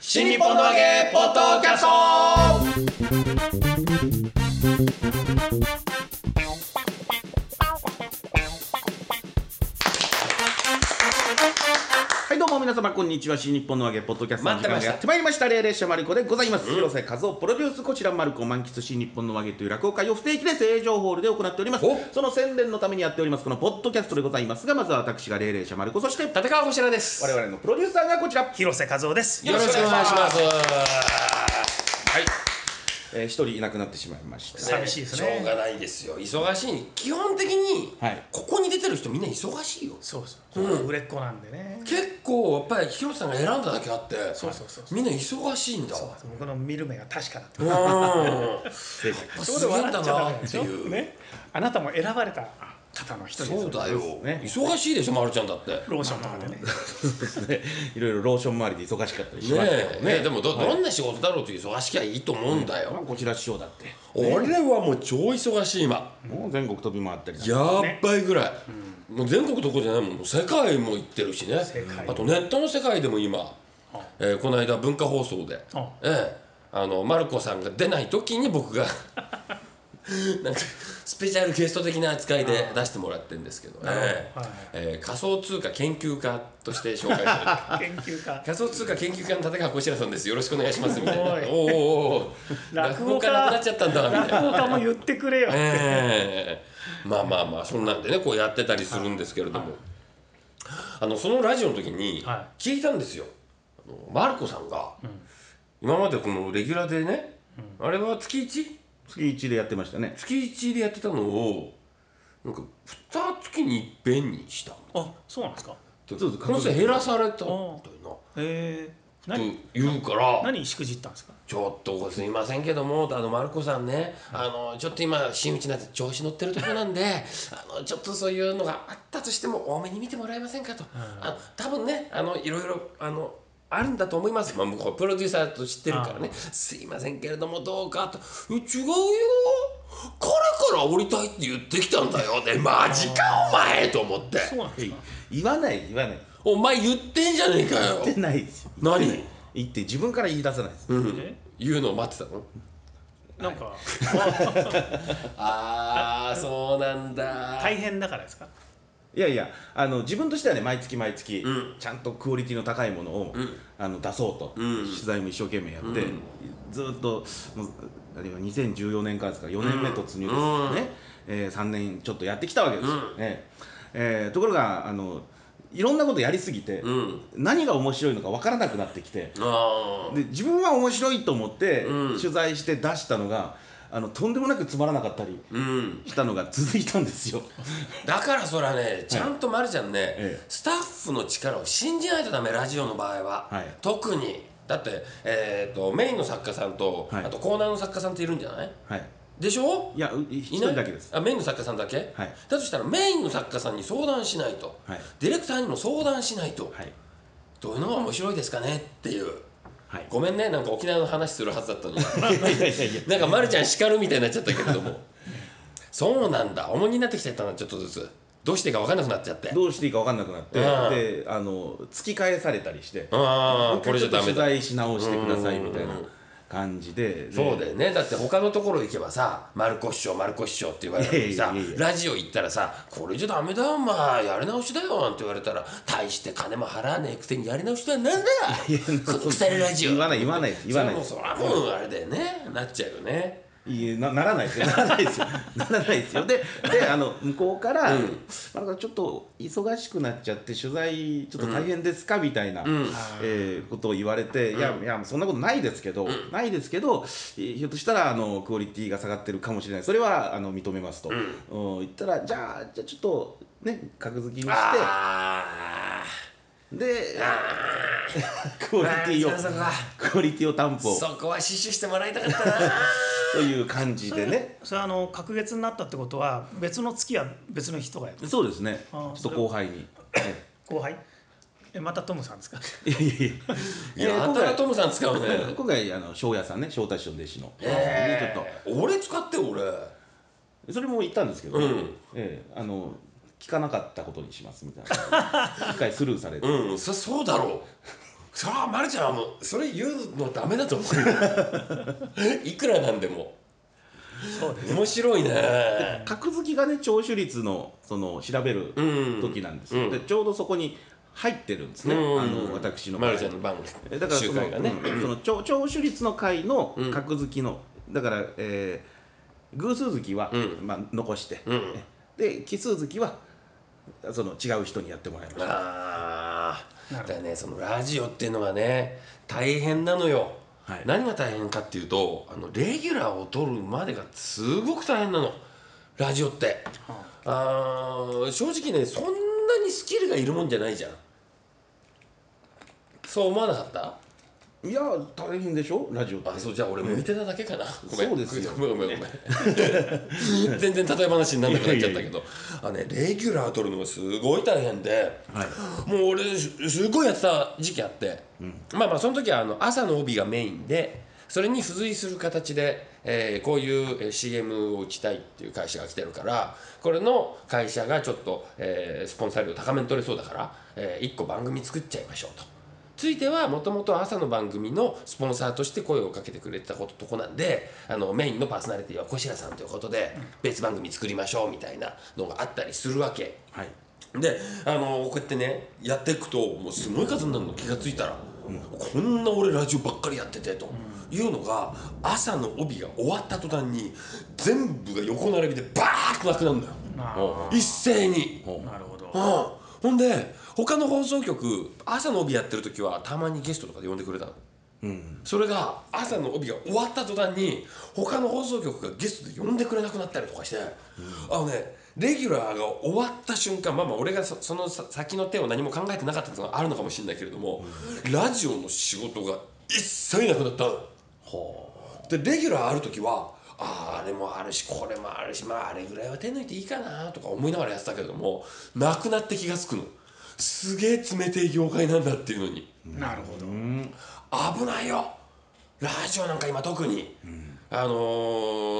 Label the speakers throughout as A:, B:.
A: 新日本の揚げポッドキャストはいどうも皆様こんにちは新日本の揚げポッドキャストの時間がやってまいりました霊々者マリコでございます、広瀬和夫プロデュースこちらマルコ満喫新日本の揚げという落語会を不定期で成城ホールで行っております
B: お
A: その宣伝のためにやっておりますこのポッドキャストでございますがまずは私が霊々者マルコそして
B: 立川こしらです
A: 我々のプロデューサーがこちら
C: 広瀬和夫です。
B: よろしくお願いしますはい
A: えー一人いなくなってしまいました。
C: 寂しいですね
B: しょうがないですよ忙しい基本的に
A: はい
B: ここに出てる人みんな忙しいよ
C: そうそう。売れっ子なんでね。
B: 結構やっぱり広瀬さんが選んだだけあって
C: そうそうそうそ
B: みんな忙しいんだわ
C: 僕の見る目が確かだった。
B: うん
A: 正解
B: すげえんだなっていう
C: ね。あなたも選ばれた方の一人です
B: そうだよ
A: ね
B: 忙しいでしょまるちゃんだってね
C: ローションとかでね。
A: ですね。いろいろローション周りで忙しかったりしましたけ
B: え
A: どね。
B: ねえでもどどんな仕事だろうと忙しきゃいいと思うんだ
A: まあ
B: よ
A: こちら師匠だって、
B: 俺はもう超忙しい今
A: もう全国飛び回ったりだ
B: やっばいぐらい、もう全国どころじゃないもんもう世界も行ってるしね
C: 世界
B: あとネットの世界でも今、えーこの間文化放送で、
C: あ
B: ええあのマルコさんが出ない時に僕が なんかスペシャルゲスト的な扱いで出してもらってるんですけど、ええ
C: はい
B: えー仮想通貨研究家として紹介 されて
C: 研究家。
B: 仮想通貨研究家の立川こしらさんですよろしくお願いしますみたいな
C: おい
B: おーおーおー
C: 落
B: 落
C: 語
B: 語
C: 家
B: 家なくなっちゃったんだみたいな
C: 落語家も言ってくれよ。
B: ええまあまあまあそんなんでねこうやってたりするんですけれども、あのそのラジオの時に
C: は
B: 聞いたんですよ、あのマルコさんが、今までこのレギュラーでね、あれは月 1?
A: 月一でやってましたね。
B: 月1でやってたのをなんか2月にいっぺんにした
C: あ、そうなんですか。
B: と
A: そうそう
B: この人減らされたみたい
C: おええ。
B: な
C: 何
B: と言うから
C: 何しくじったんですか。
B: ちょっとすいませんけどもあのマルコさんねあのちょっと今真打ちなんて調子乗ってるところなんであのちょっとそういうのがあったとしても多めに見てもらえませんかと、あの多分ねあのいろいろあのあるんだと思います、まあ、向こうプロデューサーと知ってるからねすいませんけれどもどうかと「え違うよ彼から降りたいって言ってきたんだよ」でマジかお前と思って
C: そうなんですか。
A: 言わない言わない。
B: 「お前言ってんじゃねえかよ
A: 言ってないですよ。
B: 何
A: 言ってない言って自分から言い出さないです。」
B: うん、言うのを待ってたの
C: なんか
B: あーそうなんだ
C: 大変だからですか。
A: いやいやあの自分としてはね毎月毎月、
B: うん
A: ちゃんとクオリティの高いものを、
B: ん
A: あの出そうと、
B: うん
A: 取材も一生懸命やって、
B: うん
A: ずっともうあれは2014年からですから4年目突入です
B: うんうん
A: ね、え3年ちょっとやってきたわけですよ、
B: うん
A: ねえーところがあのいろんなことやりすぎて、
B: うん
A: 何が面白いのか分からなくなってきて
B: あー
A: で自分は面白いと思って、
B: うん
A: 取材して出したのがあのとんでもなくつまらなかったり
B: うん、
A: したのが続いたんですよ。
B: だからそれはねちゃんとまるちゃんね、
A: ええ
B: スタッフの力を信じないとダメラジオの場合は、
A: はい
B: 特にだって、えー、とメインの作家さんと、
A: はい
B: あとコーナーの作家さんっているんじゃない
A: はい、
B: でしょ
A: いやう一
B: いない
A: 人だけです。
B: あメインの作家さんだけ、
A: はい
B: だとしたらメインの作家さんに相談しないと、
A: はい
B: ディレクターにも相談しないと、
A: はい
B: どういうのが面白いですかねっていう
A: はい
B: ごめんねなんか沖縄の話するはずだったのに
A: い やいやいやいや
B: なんかまるちゃん叱るみたいになっちゃったけれども そうなんだ重荷になってきちゃったなちょっとずつどうしていいか分かんなくなっちゃって
A: どうしていいか分かんなくなって、
B: う
A: であの突き返されたりして、
B: あ
A: もう
B: あ
A: 一
B: こ
A: 回ち
B: れじ
A: ょっ
B: ゃ
A: と
B: ダメ
A: 取
B: だ
A: 材し直してくださいみたいな
B: うんうんうん
A: 感じで、で
B: そうだよねだって他のところ行けばさ「丸子師匠丸子師匠」って言われるのにさ
A: いやいやいやいや
B: ラジオ行ったらさ「これじゃダメだよお前やり直しだよ」なんて言われたら「大して金も払わねえくせにやり直しだよなんだこの腐れラジオ」
A: 言わない言わないです言わないです
B: それはもうそれはもうあれだよねなっちゃうよね
A: いえなならないですよならないですよならないですよでであの向こうから、なんかちょっと忙しくなっちゃって取材ちょっと大変ですか、みたいな、えーことを言われて、いやいやそんなことないですけど、ないですけどえーひょっとしたらあのクオリティが下がってるかもしれないそれはあの認めますと、うん言ったらじゃあじゃあちょっとね格付きにして
B: あ
A: で
B: あ
A: クオリティ
B: あーそう
A: を
B: か
A: クオリティを担保
B: そこは死守してもらいたかったな
A: という感じでね
C: それあの隔月になったってことは別の月は別の人がやる
A: そうですねち
C: あ
A: ょ
C: ー
A: っと後輩に。ね
C: 後輩。えまたトムさんですか。
A: いやいやいや
B: い
A: えー
B: やあん
A: 今
B: たら
A: 回
B: トムさん使う ね
A: 今回あの庄屋さんね翔太師匠の弟子の、
B: え
A: ねちょっ
B: え俺使ってよ俺
A: とそれも言ったんですけど、
B: うん
A: ええあの聞かなかったことにしますみたいな一回スルーされて、
B: うんそそうだろそれはまるちゃんはもうそれ言うのダメだと思 うよいくらなんでも
C: そうです
B: 面白いね
A: 格付きがね聴取率のその調べる
B: うん
A: 時なんですよ、
B: うん
A: でちょうどそこに入ってるんですね、
B: うん
A: あの私の場
B: ま
A: 合
B: るちゃんの番
A: えだからそ
B: 集
A: の,、
B: 会がね
A: うんその聴聴取率の回の
B: うん
A: 格付きの、だから、えー偶数月は、
B: うん
A: まあ、残して、
B: うん
A: で奇数月はその違う人にやってもらいました
B: ああ
C: な
B: だ
C: るほど
B: からねそのラジオっていうのがね大変なのよ、
A: はい
B: 何が大変かっていうとあのレギュラーを取るまでがすごく大変なのラジオってあー正直ねそんなにスキルがいるもんじゃないじゃんそう思わなかった
A: いや大変でしょラジオって
B: あそうじゃあ俺向いてただけかな、ごめん
A: そうですよ
B: ごめんごめんごめん全然例え話にならなくなっちゃったけどあのねレギュラー取るのがすごい大変で
A: はい
B: もう俺すすごいやってた時期あって、まあまあその時はあの朝の帯がメインでそれに付随する形で、えーこういうえー CM を打ちたいっていう会社が来てるからこれの会社がちょっと、えースポンサー料高めに取れそうだから、え1個番組作っちゃいましょうと。ついてはもともと朝の番組のスポンサーとして声をかけてくれてたこととこなんであのメインのパーソナリティは小白さんということで別番組作りましょうみたいなのがあったりするわけ
A: はい
B: であのこうやってねやっていくともうすごい数になるの気がついたら、こんな俺ラジオばっかりやっててというのが朝の帯が終わった途端に全部が横並びでバーッとなくなるのよ
C: あ
A: お
B: 一斉に。
A: お
C: なるほど
B: うん、ほんで他の放送局朝の帯やってる時はたまにゲストとかで呼んでくれたの
A: うん
B: それが朝の帯が終わった途端に他の放送局がゲストで呼んでくれなくなったりとかして、あのねレギュラーが終わった瞬間まあまあ俺がそそのさ先の手を何も考えてなかったのがあるのかもしれないけれども、ラジオの仕事が一切なくなったの。でレギュラーある時はあーあれもあるしこれもあるしまああれぐらいは手抜いていいかなとか思いながらやってたけれどもなくなって気が付くのすげえ冷てえ業界なんだっていうのに。
C: なるほど
B: 危ないよラジオなんか今特に、あの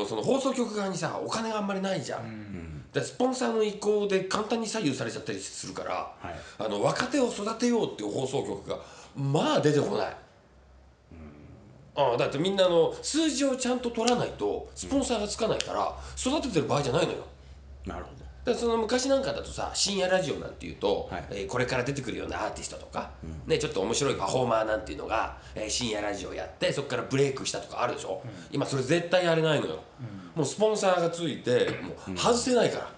B: ーその放送局側にさお金があんまりないじゃん、でスポンサーの意向で簡単に左右されちゃったりするから、
A: はい
B: あの若手を育てようっていう放送局がまあ出てこない、ああだってみんなあの数字をちゃんと取らないとスポンサーがつかないから育ててる場合じゃないのよ、
A: なるほど
B: だからその昔なんかだとさ深夜ラジオなんていうと、
A: はい
B: えーこれから出てくるようなアーティストとか、ね、ちょっと面白いパフォーマーなんていうのが、えー深夜ラジオやってそこからブレイクしたとかあるでしょ、今それ絶対やれないのよ、もうスポンサーがついてもう外せないから、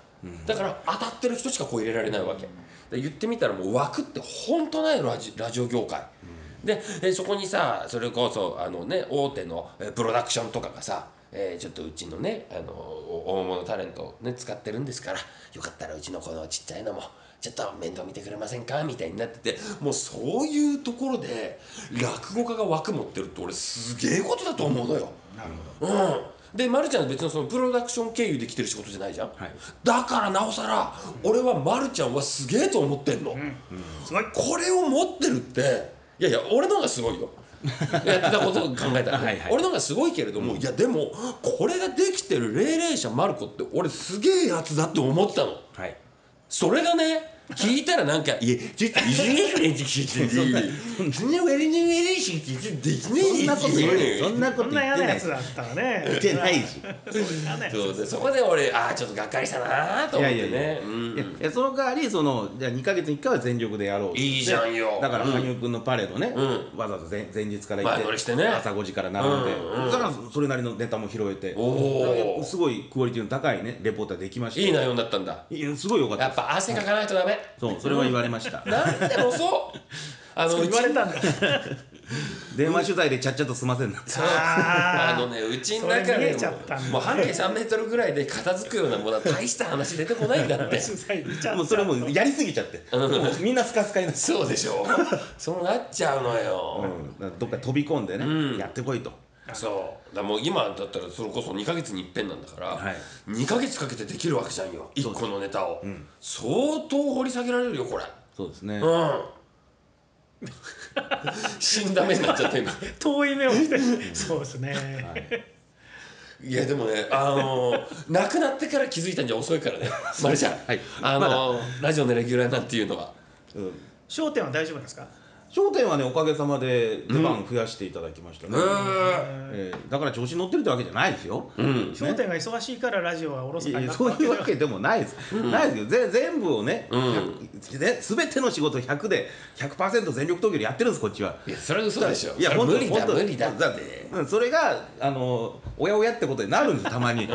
B: だから当たってる人しかこう入れられないわけ、で言ってみたらもう枠って本当ないのラジラジオ業界、でえーそこにさそれこそあの、ね、大手のえープロダクションとかがさえーちょっとうちのね、あのお大物タレントをね使ってるんですからよかったらうちのこのちっちゃいのもちょっと面倒見てくれませんかみたいになっててもうそういうところで落語家が枠持ってるって俺すげえことだと思うのよ。
C: なるほど
B: うん、で、ま、るちゃんは別にそのプロダクション経由で来てる仕事じゃないじゃん、
A: はい
B: だからなおさら俺はまるちゃんはすげえと思ってんの。
C: すごい
B: これを持ってるっていやいや俺の方がすごいよやってたことを考えたらね、
A: はいはい
B: 俺の方がすごいけれども、いやでもこれができてる霊霊者マルコって俺すげえやつだって思ったの
A: はい
B: それがね聞いたらなんか「いやちょっといじめるねん」って聞いて「そんな割に悪いし」ってでき
A: そ
B: ねえ
A: んなこと言うねそんなこ
C: ことん
A: 言
C: な
A: っ
C: 嫌
A: て
C: な
A: な
C: や
A: い
C: つ
A: し
C: だったらね
A: 言ってないし
C: 嫌なやつ
B: そうでそこで俺ああちょっとがっかりしたなーと
A: い
B: 思っ
A: やい
B: て
A: や
B: ね
A: いや
B: うん
A: いやいやその代わりそのじゃあ2か月に1回は全力でやろうって
B: いいじゃんよ
A: だから
B: うん
A: 羽生君のパレードね、
B: う
A: わざわざ前前日から
B: 前
A: 行
B: 乗
A: って
B: りしてね
A: 朝5時から並んで、
B: うんうん
A: だからそれなりのネタも拾えて
B: おー
A: すごいクオリティの高いねレポーターできました
B: いい内容になったんだ
A: いやすごいよかった
B: やっぱ汗かかないとダメ
A: そうそれは言われました、
B: なんでもそうあの
C: 言われたんだ
A: 電話取材でちゃっちゃと済ませんな
B: そうあ
C: あー
B: のねうちの中
C: それ見
B: で
C: えちゃったん
B: も
C: だ
B: もう半径3メートルぐらいで片付くようなものは大した話出てこないんだって
A: もうそれもうやりすぎちゃってもうみんなスカスカになって、
B: そうでしょ そうなっちゃうのよ、
A: うんだからどっか飛び込んでね、
B: うん
A: やってこいと
B: そうだからもう今だったらそれこそ2ヶ月に一遍なんだから、
A: はい
B: 2ヶ月かけてできるわけじゃんよ1個のネタを、
A: ん
B: 相当掘り下げられるよこれ
A: そうですね、
B: うん 死んだ目になっちゃった今
C: 遠い目をしてそうですね
B: いやでもね、あのー亡くなってから気づいたんじゃ遅い からね、まるちゃん、
A: はい
B: あのーラジオのレギュラーなんていうのは、
A: うん
C: 焦点は大丈夫なんですか
A: 焦商店はねおかげさまで出番増やしていただきましたね、
B: う
A: えーだから調子に乗ってるってわけじゃないですよ、
B: ん
A: ね
C: 商店が忙しいからラジオはおろそ
A: い
C: か
A: や
C: に
A: いや
C: なった
A: そういうわけでもないです、ないですけどぜ全部をね,、
B: うん
A: ね全ての仕事100で100%全力投球でやってるんですこっちは。
B: いやそれは嘘でしょ
A: いや
B: それ
A: 本
B: は
A: 当
B: 無理だ
A: 本当
B: 無理だっ
A: だってうんそれがあのおやおやってことになるんですたま に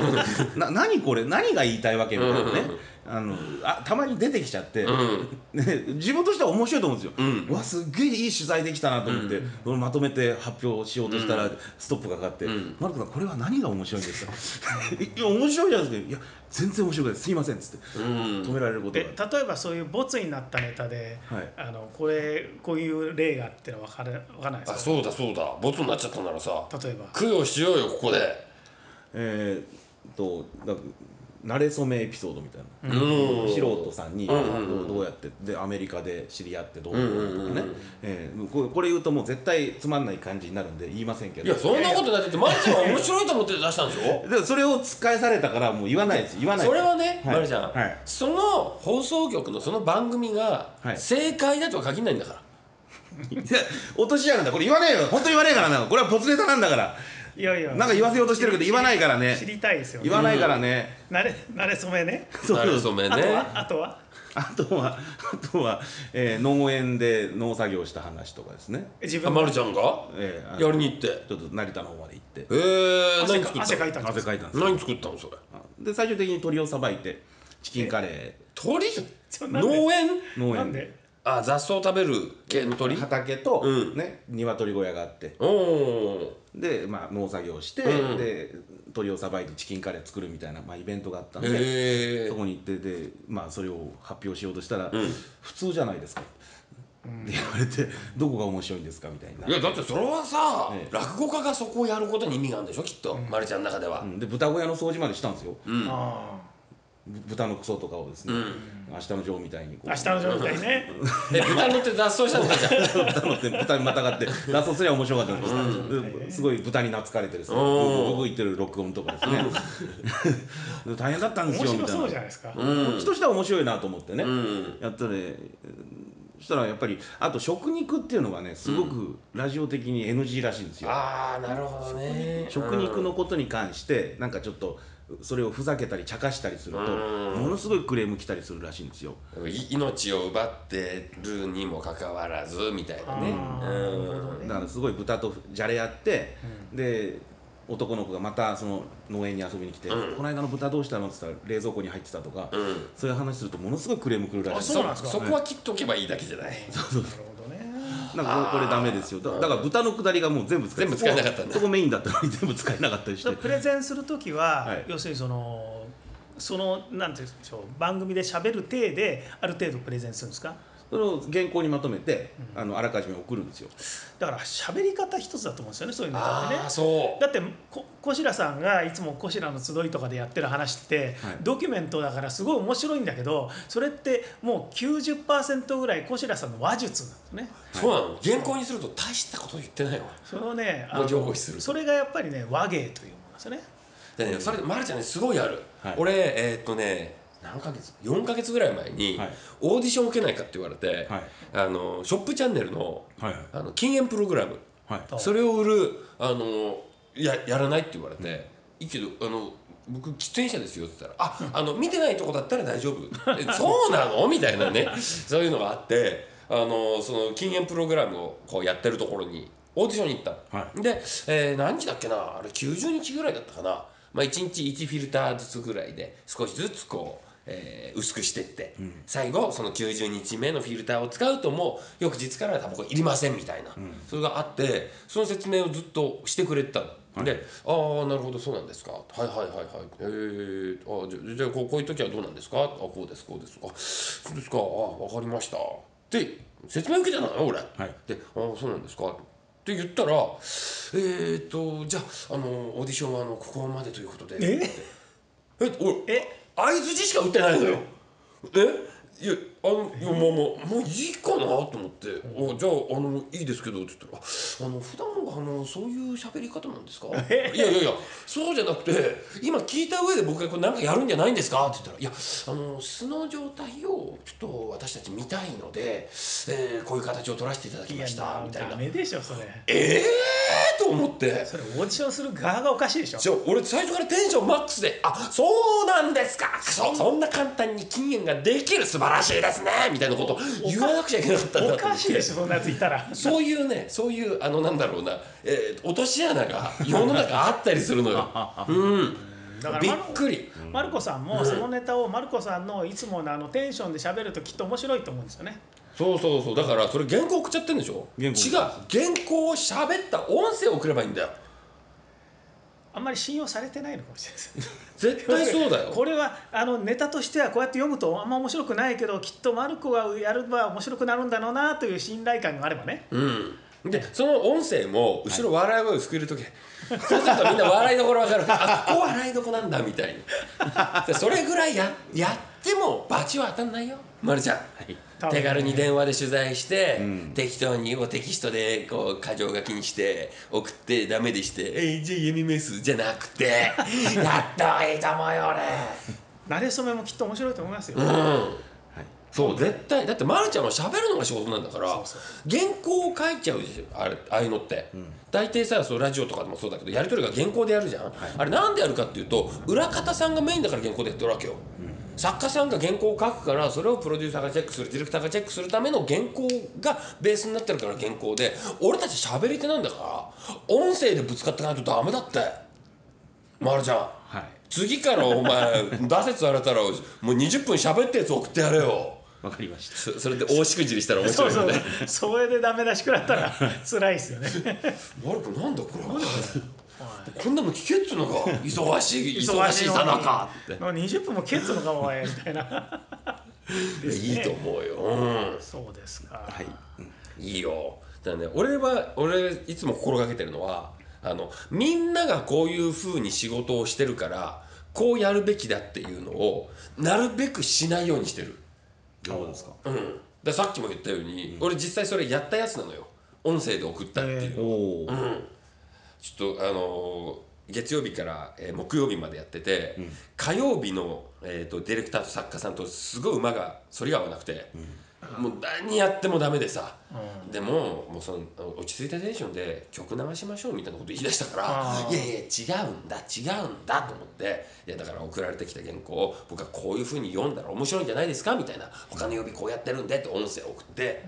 A: な何これ何が言いたいわけみたいなね、あのあたまに出てきちゃって、
B: うん
A: ね、自分としては面白いと思うんですよ、
B: うん
A: うわすっげえいい取材できたなと思って、そのまとめて発表しようとしたら、ストップがかかって「
B: ん
A: マルコさんこれは何が面白いんですか?いや」面白いじゃないですか」いや全然面白くないですすいません」っつって、
B: うん
A: 止められること
C: で
A: があって
C: 例えばそういうボツになったネタで、
A: はい
C: あのこれこういう例があってのは分かる分かんないで
B: あ
C: す
B: そうだそうだボツになっちゃったならさ
C: か例えば
B: 供養しようよここで
A: えーっとだ慣れ初めエピソードみたいな。
B: うん
A: 素人さんに
B: う
A: ど
B: んうんうん
A: うどうやってでアメリカで知り合ってどうこう
B: うんう
A: と
B: ん
A: か
B: う
A: ね
B: ん
A: えーこれこれ言うともう絶対つまんない感じになるんで言いませんけ
B: いや
A: ど
B: そんなことないだってマルちゃんは面白いと思って出したんでしょ
A: でそれを突っ返されたからもう言わないです言わない
B: それはね、
A: はい
B: まるちゃん、
A: はい
B: その放送局のその番組が
A: はい
B: 正解だとは限らないんだから、
A: いや落とし穴だこれ言わねえよ本当に言わねえからなこれはポツネタなんだから
C: いやいや
A: なんか言わせようとしてるけど言わないからね
C: 知りたいですよね
A: 言わないからね、
C: 慣れ慣れ初めね
A: そう
B: なるそめね
C: あとはあとは
A: あとはあとは、えー農園で農作業した話とかですね、
C: 自
B: あ
C: 分
B: ま
C: の
B: るちゃんが
A: えーあの
B: やりに行って
A: ちょっと成田の方まで行って
B: えー、
C: 汗
B: 何
C: か
B: 作っ
C: 汗かい
B: た
C: たんで
A: 汗
C: すか
A: かいたんです
B: の
A: よ
B: 何作ったのそれ
A: で最終的に鳥をさばいてチキンカレー
B: 鳥
C: ちょなんで
B: 農園
A: 農
C: なん
A: 園
C: で
B: あ雑草食べる系の鳥
A: 畑と、
B: うん
A: ね鶏小屋があって
B: おお
A: で、まあ、農作業して、
B: うん
A: で鶏をさばいてチキンカレー作るみたいな、まあ、イベントがあったんで、
B: へえ
A: そこに行ってで、まあ、それを発表しようとしたら、
B: ん、
A: 普通じゃないですか、って言われてどこが面白いんですかみたいない
B: やだってそれはさ、
A: ええ
B: 落語家がそこをやることに意味があるんでしょきっと、まるちゃんの中では、
A: うんで豚小屋の掃除までしたんですよ、
C: あ
A: ぶ豚のクソとかをですね、明日の女王みたいにこ
C: ー
A: う
C: 明日の状態ね
B: え豚乗って脱走したのかじゃん
A: 豚のって豚にまたがって脱走すりゃ面白かったんです,、ですごい豚に懐かれてですね
B: う
A: ブ
B: ん
A: クブク言ってる録音とかですね大変だったんです
C: 面
A: よみ
C: 白
A: たいな
C: そ
A: こ
C: うじゃないです か、
A: っちとしては面白いなと思ってね、
B: うん
A: やったねそしたらやっぱりあと食肉っていうのがねすごくラジオ的に NG らしいんですよ、
B: ああなるほどね
A: 食肉のことに関してなんかちょっとそれをふざけたり茶化したりすると
B: うん
A: ものすごいクレーム来たりするらしいんですよ
B: い命を奪ってるにもかかわらずみたいなね
C: あ
B: うん
A: だからすごい豚とじゃれ合って、で男の子がまたその農園に遊びに来て「
B: うん
A: この間の豚どうしたの?」って言ったら冷蔵庫に入ってたとか、
B: うん
A: そういう話するとものすごいクレームくるらしい
B: あ
A: です
B: そ
C: そ
B: なでか
C: ううなんんですすか
B: そこは切っとけばいいだけじゃない
C: なるほどね
A: なんかこれこれダメですよだだから豚のくだりがもう全部使え
B: 全部使えなかったんだ
A: そこメインだったのに全部使えなかったりして
C: だからプレゼンする時は、
A: はい
C: 要するにそのそのなんていうんでしょう番組で喋る体である程度プレゼンするんですか
A: それを原稿にまとめて、あのあらかじめ送るんですよ
C: だから喋り方一つだと思うんですよねそういうネタってね
B: ああそう
C: だってこ小白さんがいつも小白の集いとかでやってる話って、
A: はい
C: ドキュメントだからすごい面白いんだけどそれってもう90%ぐらい小白さんの話術なんですね
B: そうなの原稿にすると大したこと言ってないわ
C: それをねあ
B: もう
C: の
B: 情報視する
C: それがやっぱりね和芸というものですよね
B: でねそれでまるちゃんねすごいある、
A: はい
B: 俺えーっとね何ヶ月4ヶ月ぐらい前に、
A: はい
B: オーディション受けないかって言われて、
A: はい
B: あのショップチャンネルの
A: はい
B: あの禁煙プログラム
A: はい
C: あ
B: それを売るあのややらないって言われて、いいけどあの僕喫煙者ですよって言ったら「ああの見てないとこだったら大丈夫」えそうな の?」みたいなねそういうのがあってあのその禁煙プログラムをこうやってるところにオーディションに行ったの、
A: は
B: で、えー何日だっけなあれ90日ぐらいだったかな、まあ、1日1フィルターずつぐらいで少しずつこう、えー薄くしてって、最後その90日目のフィルターを使うともう翌日からはタバコいりませんみたいな、それがあってその説明をずっとしてくれてたの。で「ああなるほどそうなんですか」はいはいはいはいえー、あじゃじゃあこうこういう時はどうなんですか?」あこうですこうです」あそうですかあわかりました」って説明受けてたのよ俺、
A: はい
B: で「ああそうなんですか」って言ったら「えー、っとじゃああのオーディションはあのここまでということで」え
C: え
B: えお
C: え
B: 相づちしか打ってないのよえいやあのいやまあまあもういいかなと思って「おじゃああのいいですけど」って言ったらあ「あの普段はあのそういう喋り方なん ですか? 」いやいやいやそうじゃなくて今聞いた上で僕がこれなんかやるんじゃないんですか?」って言ったら「いやあの素の状態をちょっと私たち見たいので、えーこういう形を取らせていただきました」みたい
C: ダ
B: な
C: メでしょそれ
B: 「えー!」と思って。
C: それオーディションする側がおかしいでしょ
B: じゃあ俺最初からテンションマックスで「あそうなんですかそそんな簡単に禁煙ができる素晴らしいですね」みたいなこと言わなくちゃいけなかったんだ
C: お
B: と思
C: か
B: っ
C: しいで
B: て
C: しょそんなやついたら
B: そういうねそういうあのなんだろうな、えー落とし穴 が世の中あったりするのよ。うん
C: だから
B: びっ
C: マル
B: くり
C: マルコさんもそのネタをマルコさんのいつものあのテンションで喋るときっと面白いと思うんですよね
B: そうそうそうだからそれ原稿送っちゃってるんでしょ
A: 原稿
B: 違う原稿を喋った音声を送ればいいんだよ
C: あんまり信用されてないのかもしれないです
B: 絶対そうだよ
C: これはあのネタとしてはこうやって読むとあんま面白くないけどきっとマルコがやれば面白くなるんだろうなという信頼感があればね
B: うんでその音声も後ろ笑い声をすくえる時、そうするとみんな笑いどころ分かるからあここ笑いどこなんだみたいなでそれぐらいややってもバチは当たんないよまるちゃん、
C: 多分
B: 手軽に電話で取材して、
A: うん
B: 適当にもうテキストでこう箇条書きにして送ってダメでして「えいじゃあ読みます」じゃなく てやった方がいいと思うよ
C: 慣れ初めもきっと面白いと思いますよ、
B: 俺うん
A: はい
B: そう絶対だってまるちゃんは喋るのが仕事なんだから
C: そうそう
B: 原稿を書いちゃうでしょあれああいうのって、大抵さそうラジオとかでもそうだけどやり取りが原稿でやるじゃん、あれなんでやるかっていうと裏方さんがメインだから原稿でやってるわけよ、作家さんが原稿を書くからそれをプロデューサーがチェックするディレクターがチェックするための原稿がベースになってるから原稿で俺たち喋り手なんだから音声でぶつかっていかないとダメだってまるちゃん
A: はい
B: 次からお 前出せつわれたらもう20分喋ってやつ送ってやれよ
A: わかりました
B: そそれで大しくじりしたら面
C: そ
B: 白
C: う
B: いよ
C: そう
B: ね
C: それでダメ出し食らったら辛いですよね
B: マルコなんだこれこんなもん聞けっつうのか 忙しい忙しいさ
C: の
B: な
C: に
B: かって
C: の20分もケツのかおいみたいな
B: いいと思うよ、う
C: そうですか、
A: はい
B: ん、いいよだからね俺は俺いつも心がけてるのはあのみんながこういうふうに仕事をしてるからこうやるべきだっていうのをなるべくしないようにしてる
A: どうですか
B: うん、ださっきも言ったように、俺実際それやったやつなのよ音声で送ったっていう、
A: おおー
B: ちょっとあのー月曜日から、えー木曜日までやってて、火曜日の、えー、とディレクターと作家さんとすごい馬が反りが合わなくて、もう何やってもダメでさ、でももうその落ち着いたテンションで曲流しましょうみたいなこと言い出したか
C: あ
B: ら
C: ー
B: いやいや違うんだ違うんだと思っていやだから送られてきた原稿を僕はこういうふうに読んだら面白いんじゃないですかみたいな他の曜日こうやってるんでって音声を送って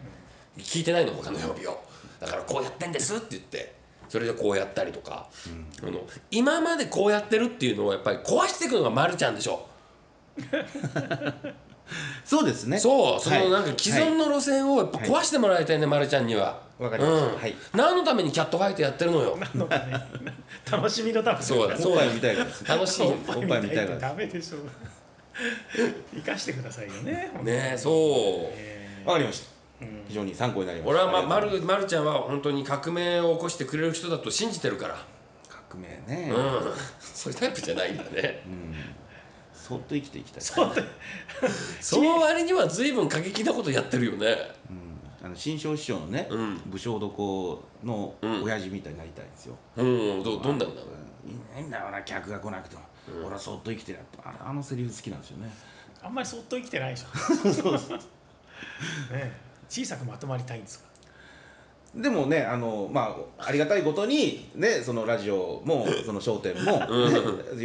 B: 聞いてないの他の曜日をだからこうやってんですって言ってそれでこうやったりとか、あの今までこうやってるっていうのをやっぱり壊していくのがまるちゃんでしょ
A: そうですね
B: そう、そ
A: はい
B: のなんか既存の路線をやっぱ壊してもらいたいね、まるちゃんには。
A: わかりました
B: うん
A: はい
B: 何のためにキャットファイトやってるのよ。
C: のがね楽しみのために
B: そうだ、
A: お
B: そ
A: っ
B: う
A: ぱ
B: だ
A: い。みたいです
B: 楽しい
A: おっぱいみたい
C: みたい
A: な
C: なダメでしょう生かしてくださいよね
B: ね、そう。
C: え
A: わかりました非常に参考になりました
B: 俺はま、ま
A: ありがとう
B: る、まるちゃんは本当に革命を起こしてくれる人だと信じてるから。
A: ございます革命ね
B: うん、そういうタイプじゃないんだね。
A: そっと生きていきたい
C: そうだ
B: その割には随分過激なことやってるよね。
A: あの新庄師匠のね、
B: うん
A: 武将床の
B: ん
A: 親父みたいになりたいんですよ、
B: うん、ど、どんなんだろう。
A: いないんだよな客が来なくても、俺はそっと生きてるやってあのあのセリフ好きなんですよね
C: あんまりそっと生きてないでしょね小さくまとまりたいんですか
A: でもねあの、まあ、ありがたいことに、ね、そのラジオ もその商店も、ね、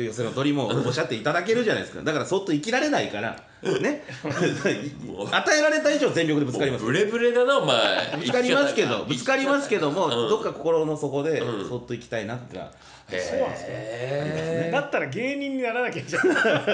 A: 寄せの鳥もおっしゃっていただけるじゃないですかだからそっと生きられないから ね与えられた以上全力でぶつかります
B: ブレブレだな、お前。
A: ぶつかりますけど ぶつかりますけども、
B: うん
A: どっか心の底で
B: うん
A: そっと行きたいなってのは、
B: 生き方。
C: そうなんですね
B: へ
C: だ
B: ー
C: ったら芸人にならなきゃいけな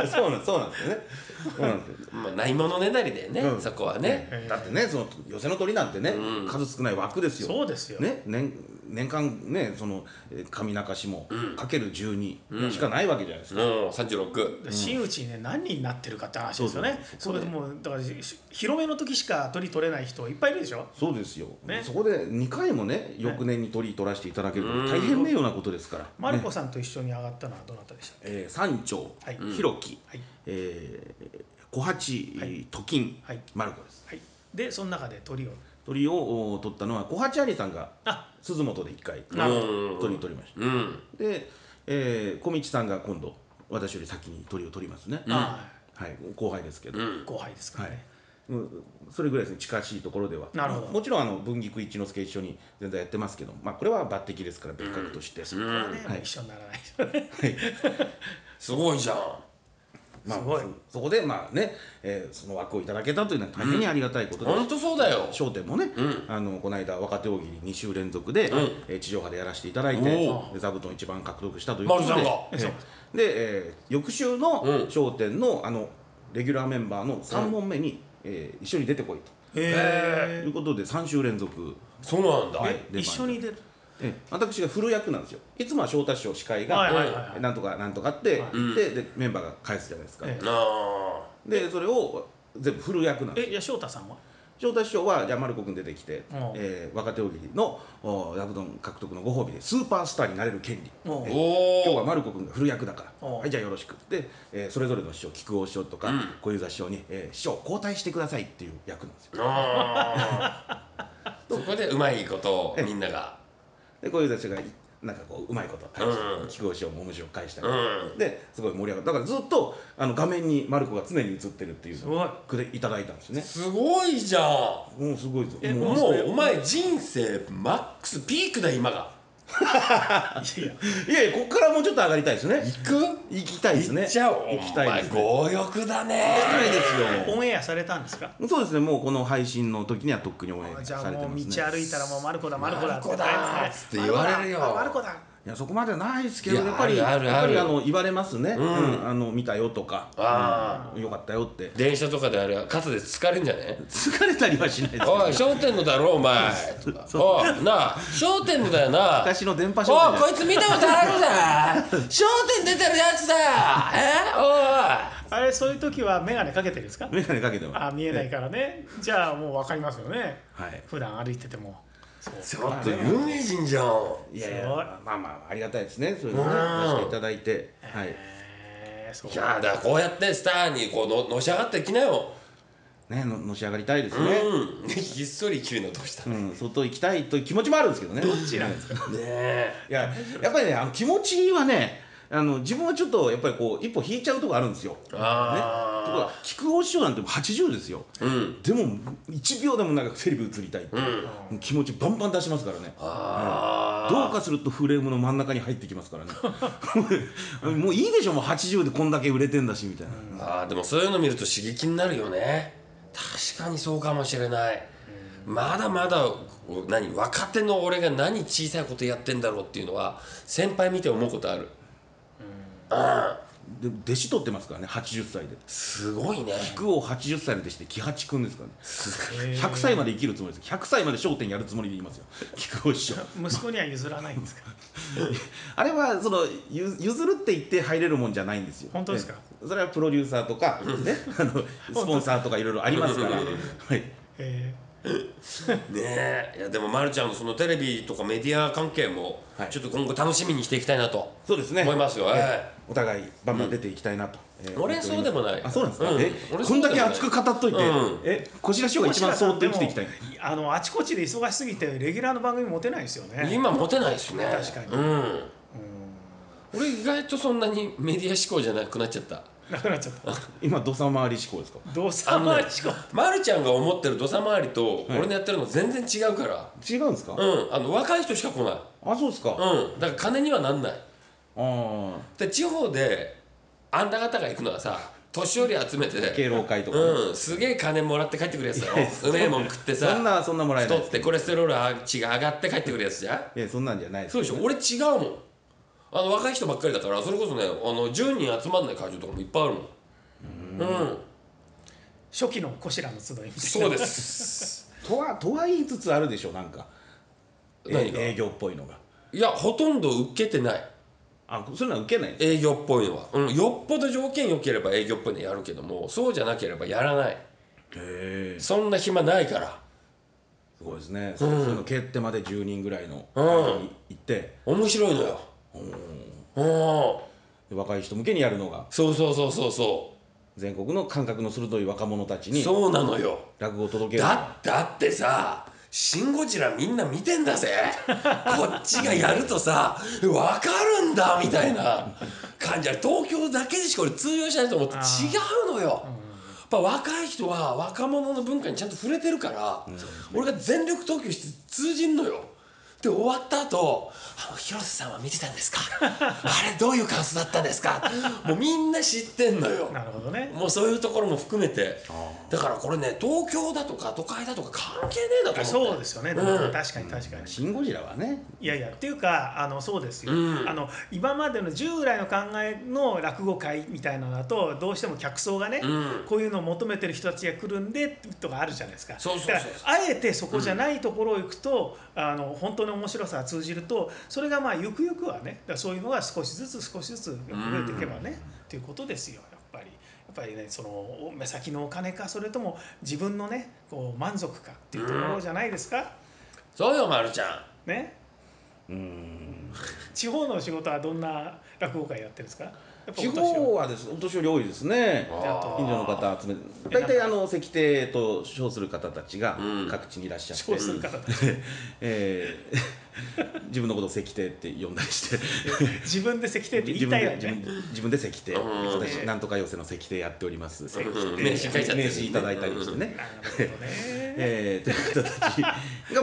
C: い
A: そうなんそうなんですよねそうなんですよ
B: まあ、ないものねだりだよね、
A: うん
B: そこはね。
A: だってねその寄せの鳥なんてね、
B: うん
A: 数少ない枠ですよ。
C: そうですよ
A: ね年年間ねそのえー上中市も、かける
B: う
A: 12
B: ん
A: しかないわけじゃないですか。
B: うん、三十六。
C: 真打ちにね何人になってるかって話ですよね
A: そうそ
C: それ
A: う
C: でもうだからし広めの時しか取り取れない人いっぱいいるでしょ
A: そうですよ、
C: ね
A: そこで2回もね翌年に鳥取らせていただけるのは大変名誉なことですから、
C: マル
A: ね
C: コさんと一緒に上がったのはどなたでしたっ
A: えー、山頂
C: はい
A: 弘樹、
C: はい
A: えー小八、
C: はい
A: と金、
C: はい
A: マルコです
C: はい、でその中で鳥を
A: 鳥をお取ったのは小八兄さんが
C: あ
A: 鈴本で一回
C: なるほ
B: うん
A: 鳥を取りまし
B: うん
A: たで、えー小道さんが今度私より先に鳥を取りますね、
B: うん
C: あ
A: はい後輩ですけど、
B: うん
C: 後輩ですか
A: は
C: ら
A: い
C: ね、
A: うんそれぐらいですね近しいところでは
C: なるほど
A: もちろんあの文菊一之輔一緒に全然やってますけど、まあ、これは抜擢ですから別格として、
B: う
C: これは
B: ん
C: ね、
A: はい
C: もう一緒にならないですよね
B: すごいじゃん
A: まあ、
C: すごい
A: そそこでまあね、えーその枠をいただけたというのは大変にありがたいことです
B: 本当そうだよ
A: 『笑点』もね、
B: うん
A: あのこの間若手大喜利2週連続で、
B: うん
A: えー地上波でやらせていただいて
B: お
A: で座布団一番獲得したということで
B: 丸さんが
A: えーで、えー翌週の
B: うん
A: 『笑点』のあのレギュラーメンバーの3問目に、えー一緒に出てこいと。とい
C: へ
A: うことで3週連続、
B: そうなんだ、
A: はい
C: え一緒に出る
A: えー私がフル役なんですよいつもは昇太師匠司会が、
C: はいはいはいはい
A: なんとかなんとかって
C: はい
A: 言って、でメンバーが返すじゃないですか、
C: え
B: なあ
A: でそれを全部フル役なんです
C: えいや翔太さんは
A: 翔太師匠はじゃあ丸子君出てきて、
C: うん
A: えー若手大喜利のおー座布団獲得のご褒美でスーパースターになれる権利
C: おう
A: えー
B: お
A: 今日は
B: お
A: 丸子君がフル役だから、
C: うん
A: はい、じゃあよろしくで、えーそれぞれの師匠菊王師匠とか
B: うん
A: 小遊三師匠に、えー師匠交代してくださいっていう役なんですよ
B: ああそこでうまいことを
A: ええ
B: みんなが
A: で小遊三師匠がいなんかこううまいこと返して、
B: うん
A: 菊王師匠も面白く返したり、
B: うん
A: ですごい盛り上がっただからずっとあの画面に丸子が常に映ってるっていう
C: す
A: のを
C: ごい
A: くれいただいたんですね
B: すごいじゃん
A: もうすごいぞ
C: え
A: もう
B: も
C: もう
B: うお前人生マックスピークだ今が
C: いやいや
A: いやいやここからもうちょっと上がりたいですね
B: 行く
A: 行きたいですね
B: 行っちゃおう
A: 行きたいですね
B: お前強欲だ
A: 行きたい
B: ね
A: ですよ
C: オンエアされたんですか
A: そうですね、もうこの配信の時にはとっくに応援
C: じ
A: さ
C: ゃあ
A: れて
C: も
A: ま
C: う道歩い
A: すね。
C: たらもうマルコだマルコだ
B: マルコだっつって言われるよ
C: マルコだ
A: いやそこまではないですけど、
B: いや
A: やっぱり
B: あるある
A: やっぱり
B: あ
A: あ
B: る
A: の言われますね。
B: ん
A: うんあの見たよとか、
B: あ
A: うんよかったよって
B: あ電車とかであれは肩で疲れんじゃね
A: 疲れたりはしないですけど。
B: おい商店のだろお前とかおいなあ商店のだよな
A: 昔の電波商
B: おい
A: 店
B: こいつ見たことあるぜ商店出てるやつだえ
C: あれそういう時は眼鏡かけてるんですか
A: メガネかけてます。
C: あ見えないからねじゃあもう分かりますよね
A: はい。
C: 普段歩いてても
B: おいちょっと有名人じゃん
A: いやい
C: すごい
A: や、まあまあありがたいですね。そういうのね
B: う
A: 出
B: ん
A: していただいて、はい。
C: へーそう
B: いやだからこうやってスターにこうののし上がってきなよ
A: ねののし上がりたいですね。
B: うんひっそり切るのどうした
A: う
B: ね
A: ん、外行きたいという気持ちもあるんですけどね。どっちなんですか。
B: え
A: いや、やっぱりね、あの気持ちはね、あの自分はちょっとやっぱりこう一歩引いちゃうとこあるんですよ。ね、ところ
B: あ
A: が菊王師匠なんてもう80ですよ。
B: あ、うん
A: でも1秒でもなんかテレビ映りたいって、
B: うん
A: もう気持ちバンバン出しますからね。
B: ああ
A: どうかするとフレームの真ん中に入ってきますからね もういいでしょもう80でこんだけ売れてんだしみたいな、
B: あーでもそういうの見ると刺激になるよね確かにそうかもしれないまだまだこう何若手の俺が何小さいことやってんだろうっていうのは先輩見て思うことあるうん
A: で弟子取ってますからね80歳です
B: ごいね
A: 菊王80歳の弟子で喜八君ですからね
C: へー
A: 100歳まで生きるつもりです100歳まで『笑点』やるつもりでいますよ 菊王師匠
C: 息子には譲らないんですか
A: あれはそのゆ譲るって言って入れるもんじゃないんですよ
C: 本当ですか
A: ねそれはプロデューサーとか、ね、あのスポンサーとかいろいろありますからはい
B: ね
C: へ
B: えいやでもまるちゃんのそのテレビとかメディア関係も
A: はい
B: ちょっと今後楽しみにしていきたいなと
A: そうですね
B: 思いますよ、
A: ええ
B: え
A: お互いバンバン出ていきたいなと、えー
B: 俺そうでもない
A: あそうなんですか、
B: うん
A: え
B: 俺
A: こ
B: そ
A: ん
B: うで
A: だ
B: もな
A: け
B: い
A: 熱く語っといて、
B: うん
A: えこしら師
C: え
A: 匠が一番そーっと生きていきたい
C: でもあのあちこちで忙しすぎてレギュラーの番組持てないですよ
B: え
C: ね
B: 今モテないですね
C: 確か
B: う
C: に
B: ん
C: うん
B: 俺意外とそんなにメディア志向じゃなくなっちゃった
C: なくなっちゃった
A: 今土佐回り志向ですか
C: どうさまちこ
B: まるちゃんが思ってる土佐回りと
A: はい
B: 俺のやってるの全然違うから、
A: 違うんですか、
B: うんあの若い人しか来ない
A: あそうですか、あ
B: うんだから金にはなんない
A: あ
B: で地方であんた方が行くのはさ年寄り集めて
A: 敬老会とか、
B: うんすげえ金もらって帰ってくるやつだ
A: いやいや
B: ろうめえもん食ってさ
A: そんなそんなもらえない
B: 太
A: で
B: っ
A: す
B: てコレステロール値が上がって帰ってくるやつじゃん
A: いやそんなんじゃないです
B: そうでしょ俺違うもんあの若い人ばっかりだからそれこそねあの10人集まんない会場とかもいっぱいあるもんうん
C: 初期のこしらの集いみたいな
B: そうです
A: とはとは言いつつあるでしょなんかえ
B: 何が
A: 営業っぽいのが
B: いやほとんど受けてない
A: あそういうのは受けないんです
B: 営業っぽいのは、うん、よっぽど条件良ければ営業っぽいのやるけどもそうじゃなければやらない
A: へえす
B: そんな暇ないから
A: ごいですね、そうそういうの蹴ってまで10人ぐらいの会場に行って、
B: 面白いのようん
A: で若い人向けにやるのが
B: そうそうそうそうそ
A: 全国の感覚の鋭い若者たちに
B: そうなのよ
A: 落語を届ける
B: だだってさ「シン・ゴジラ」みんな見てんだ ぜこっちがやるとさ分かるんだみたいな感じある東京だけでしか俺通用しないと思って
C: あ
B: 違
C: ー
B: うのよ、やっぱ若い人は若者の文化にちゃんと触れてるから、俺が全力投球して通じんのよで終わった後あの広瀬さんは見てたんです かあれどういう感想だったんですかもうみんな知ってんのよ
C: なるほどね
B: もうそういうところも含めて
A: あ
B: だからこれね東京だとか都会だとか関係ねえだと思って
C: そうですよね、
B: うん
C: 確かに確かに
A: 「シン・ゴジラ」はね
C: いやいやっていうかあのそうですよ、
B: うん
C: あの今までの従来の考えの落語会みたいなのだとどうしても客層がね、
B: うん
C: こういうのを求めてる人たちが来るんでとかあるじゃないですか
B: そうそうそう
C: だからあえてそこじゃないところを行くと、あの本当に面白さが通じるとそれがまあゆくゆくはねだからそういうのが少しずつ少しずつ増えていけばね、っていうことですよやっぱり。やっぱりねそのお目先のお金かそれとも自分のねこう満足かっていうところじゃないですか、
B: そうよまるちゃ
C: ね
A: うーん
C: 地方の仕事はどんな落語会やってるんですかやっぱ
A: 地
C: お年
A: 方
C: を
A: はですお年寄り多いですね
B: ん
C: あと
A: 近所の方集めて大体あの石庭と称する方たちが
B: うん
A: 各地にいらっしゃって、
C: そうする方たち
A: えー 自分のことを石庭って呼んだりして
C: 自分で石庭って言
A: 自
C: い
A: 分
C: たいよ
A: で自
C: ね
A: 分自分で石庭
B: うん
A: 私なんとか寄せの石庭やっております
B: 庭
A: うん
B: 名刺書いちゃって
A: 名
B: る
A: 刺いただいたりしてね、
C: なるほどね
A: えー、という方たちが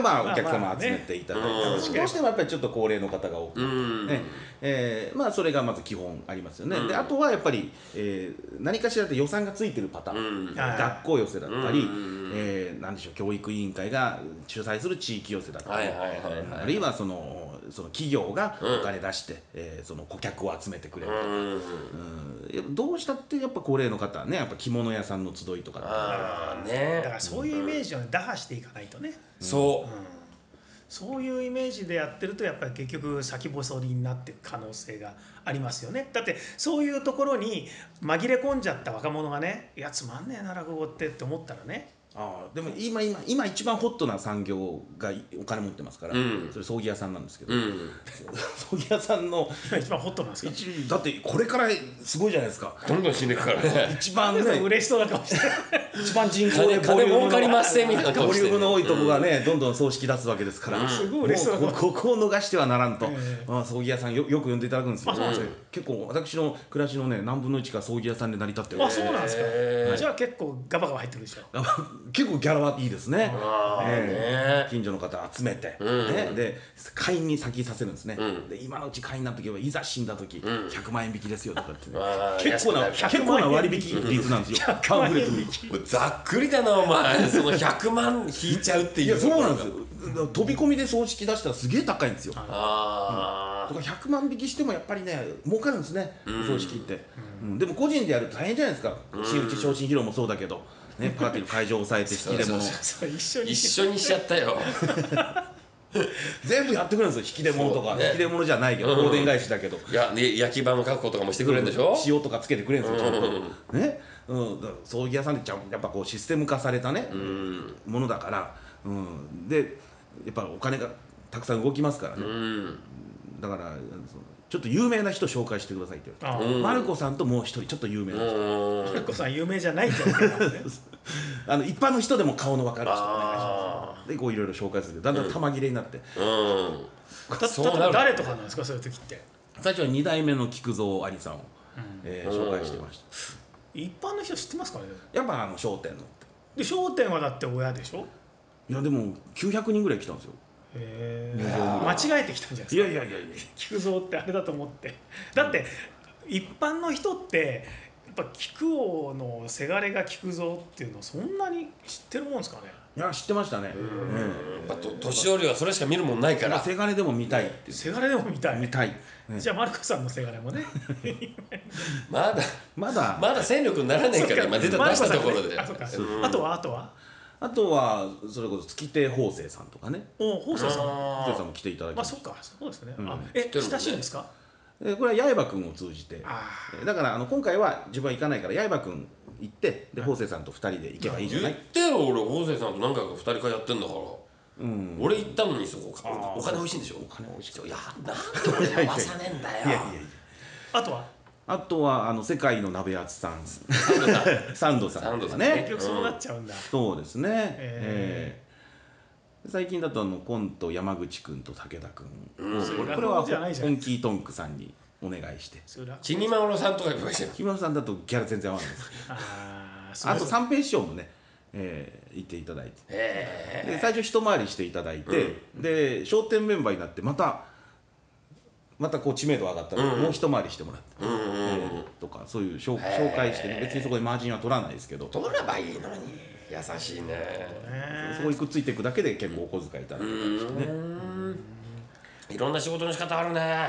A: ま
C: ま
A: あ
C: あ
A: お客様集めていただい
B: まあね
A: た
C: うん
A: どうしてもやっぱりちょっと高齢の方が多く
B: んうん
A: ねえーまあそれがまず基本ありますよね、
B: うん
A: であとはやっぱり、えー何かしらで予算がついてるパターン、
B: うん
C: はい
A: 学校寄せだったり、
B: うん
A: えーなんでしょう教育委員会が主催する地域寄せだったり、
B: はいはいはいはい
A: あるいはそのその企業が
B: うん
A: お金出して、えーその顧客を集めてくれ
B: う
A: るとか、
B: ん
A: うんやっぱどうしたってやっぱ高齢の方はねやっぱ着物屋さんの集いとか
B: ああ
C: だか
B: ね
C: らそういうイメージをね打破していかないとね、
B: そ
C: うん、そういうイメージでやってるとやっぱり結局先細りになっていく可能性がありますよねだってそういうところに紛れ込んじゃった若者がねいやつまんねえな落語ってって思ったらね
A: あーでも今今今一番ホットな産業がお金持ってますから、
B: うん
A: それ葬儀屋さんなんですけど、
B: ううん
A: 葬儀屋さんの
C: 今一番ホットなんですか
A: 一だってこれからすごいじゃないですか
B: どんどん死んでいくからね
A: 一番ね
C: 嬉しそうな顔して
A: 一番人口
B: 金
A: でボリューム
B: 金儲
A: の
B: かりませんみたいな
A: ボ
B: 顔
A: リ
B: し
A: ュ
B: て
A: ームの多いとこがね、どんどん葬式出すわけですから、
B: うん
C: すごい
A: もう
C: 嬉しそうな
A: ここ この逃してはならんと、
C: ええ
A: まあ、葬儀屋さんよよく呼んでいただくんですけ
C: あ
A: ど、
C: そうなん
B: です
A: うん結構私の暮らしのね何分の1が葬儀屋さんで成り立ってる
C: あそうなんですか、
B: へー
C: じゃあ結構ガバガバ入ってるでしょ
A: あ結構ギャラはいいですね、
B: ああ
A: ええ
B: ね
A: 近所の方集めて、
B: うん
A: ね、で会員に先させるんですね、
B: うん
A: で今のうち会員になっとけばいざ死んだ時、
B: ん
A: 100万円引きですよとかってね、
B: あー
A: 結構な
B: 安くなる
A: 結構な割引率なんですよパンフレット見ると
B: もうざっくりだなお前その100万引いちゃうっていう
A: いやそうなんですすよ飛び込みで葬式出したらすげえ高いんですよだか
B: ああ
A: ら100万引きしてもやっぱりね儲かるんですね、
B: うん
A: 葬式って、うんでも個人でやると大変じゃないですか私打ち昇進披露もそうだけど、 ね、パーティーの会場を抑えて引き出
B: そう
A: 物
B: そう
C: そう一緒に
B: 一緒にしちゃったよ
A: 全部やってくれるんですよ引き出物と
B: そ
A: か、
B: うね
A: 引き出物じゃないけど
B: うん
A: 香典返しだけど、
B: いやね焼き場の確保とかもしてくれるんでしょ
A: 塩とかつけてくれるんですよちゃんと、
B: うん
A: ね、うん、だから葬儀屋さんってちゃんやっぱこうシステム化されたね、
B: うん
A: ものだから、うん、でやっぱお金がたくさん動きますからね、
B: うん
A: だからあのそのちょっと有名な人紹介してくださいって言われて
C: ああ
B: うん
A: マルコさんともう一人ちょっと有名な人、
B: うん
C: ルコさん有名じゃないってわけなんでね
A: あの一般の人でも顔の分かる人お願いし
B: あ
A: ますでこういろいろ紹介するけどだんだん玉切れになって、
B: うん
C: た
B: そう
C: 例え
B: な
C: ば
B: る
C: 誰とかなんですかそういう時って、
A: 最初は2代目の菊蔵兄さんを、えー
B: うん
A: 紹介してました
C: 一般の人知ってますかね
A: やっぱあの商店の
C: で商店はだって親でしょ
A: いやでも900人ぐらい来たんですよ
C: へ
A: い
C: え
A: や
C: 間違えてきたんじゃないですか
A: いやいやいやいや
C: 菊蔵ってあれだと思ってだって一般の人ってやっぱ菊王のせがれが菊蔵っていうのそんなに知ってるもんですかね
A: いや知ってましたね
B: やっぱと年寄りはそれしか見るもんないか
A: まあ
B: ら
A: せがれでも見たいって
C: せがれでも見たい
A: 見たい、ね
C: じゃあマルコさんのせがれもね
B: まだ
A: まだ、
B: まだ戦力にならないから今出た
C: マ
B: 出
C: ルコ
B: した
C: さん
B: ところで
C: あそうか
B: うん
C: あとはあとは
A: あとはそれこそ月亭方正さんとかね
C: おう宝生さん
A: 方正さん
B: あ
A: も来ていただき
C: ま
A: ま
C: あ
A: し
C: そ
A: た
C: っかそうですね、
A: うん
C: あえ
B: てるもんね
C: 親しいんですか
A: でこれは刃君を通じて
C: あ
A: えーだからあの今回は自分は行かないから刃君行ってで方正さんと2人で行けばいいじゃな
B: 言っ
A: い、
B: てよ俺法政さんと何回か二人会やってんだから
A: うん、
B: 俺行ったのにそこ
A: あー
B: お金美味しいんでしょ
A: お金美味しく
B: いやなんで俺回さねえんだよ
A: いやいやいや
C: あとは
A: ああとはあの世界の鍋厚さん
B: サンドさん
A: サンドさんとかね
B: サンドさんね
C: 結局そうなっちゃうんだ、
A: そうですね、
C: え
A: ええ最近だとあのコント山口君と武田君
B: う
A: を
B: ん
A: これこれは本気トンクさんにお願いして
C: それは
B: ちにまおろさんとか言いましたよ
A: 木村さんだとギャラ全然合わないです
C: あーそう
A: あと
C: そう
A: 三平師匠もね、えー、行っていただいて
B: え
A: で最初一回りしていただいて、で笑点メンバーになってまたまたこう知名度上がったので、
B: うん
A: もう一回りしてもらって、
B: えうん
A: え
B: うんうん
A: ーとかそういう紹
B: へー
A: 紹介して、ね、別にそこでマージンは取らないですけどそ
B: 取ればいいのに優しいね
C: ね
A: こにくっついていくだけで結構お小遣いいただ
B: う
A: けたりしてね、
B: ーんいろんな仕事の仕方あるね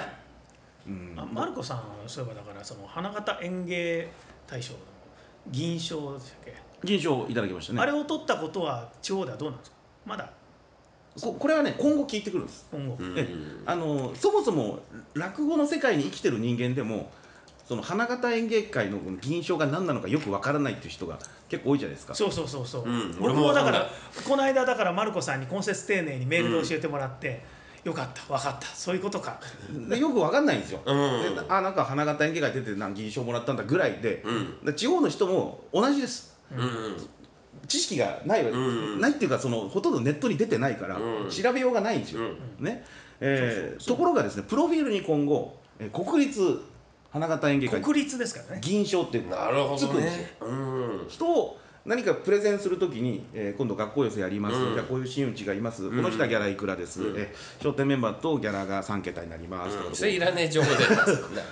A: うん
C: あマルコさんそういえばだからその花形園芸大賞の銀賞でしたっけ、
A: 銀賞いただきましたね
C: あれを取ったことは地方ではどうなんですかまだ
A: ここれはね今後聞いてくるんです
C: 今後、
B: うん
A: えあのそもそも落語の世界に生きてる人間でもその花形演芸会の銀賞が何なのかよくわからないっていう人が結構多いじゃないですか
C: そうそうそうそう、
B: うん俺
C: 僕
B: も
C: も
B: わか
C: だ
B: んな
C: か
B: い
C: らこの間だからマルコさんに今節丁寧にメールで教えてもらって、よかった分かったそういうことか
A: でよくわかんないんですよ、
B: うん
A: であなんか花形演芸会出てなんか銀賞もらったんだぐらいで,、
B: うん
A: で地方の人も同じです
B: うん
A: 知識がないわけです、
B: うん
A: ないっていうかそのほとんどネットに出てないから、
B: うん
A: 調べようがないんですよ、ねえーところがですねプロフィールに今後、えー国立花形演芸会
C: 国立ですからね
A: 銀賞っていう
B: うん
A: のが
B: なるほ
A: つ
B: ど
A: くんですよ
B: ねうん
A: 人を何かプレゼンするときに、えー今度学校寄せやります、
B: うん
A: じゃあこういう真打ちがいます、
B: ん
A: この人はギャラいくらです、
B: うん
A: えー商店メンバーとギャラが3桁になりますとか、
B: それいらねえ情報で